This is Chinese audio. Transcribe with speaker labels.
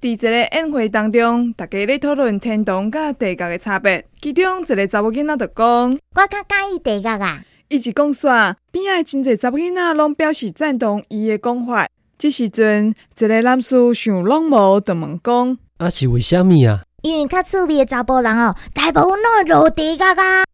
Speaker 1: 伫一个宴会当中，大家咧讨论天堂甲地狱的差别。其中一个查某囡仔就讲，
Speaker 2: 我较介意地角啊，
Speaker 1: 伊一讲煞，边仔真侪查某囡仔拢表示赞同伊的讲法。这时阵，一个男士想拢无，就问讲，
Speaker 3: 啊是为虾米啊？
Speaker 2: 因为较趣味的查甫人哦，大部分拢会落地角啊。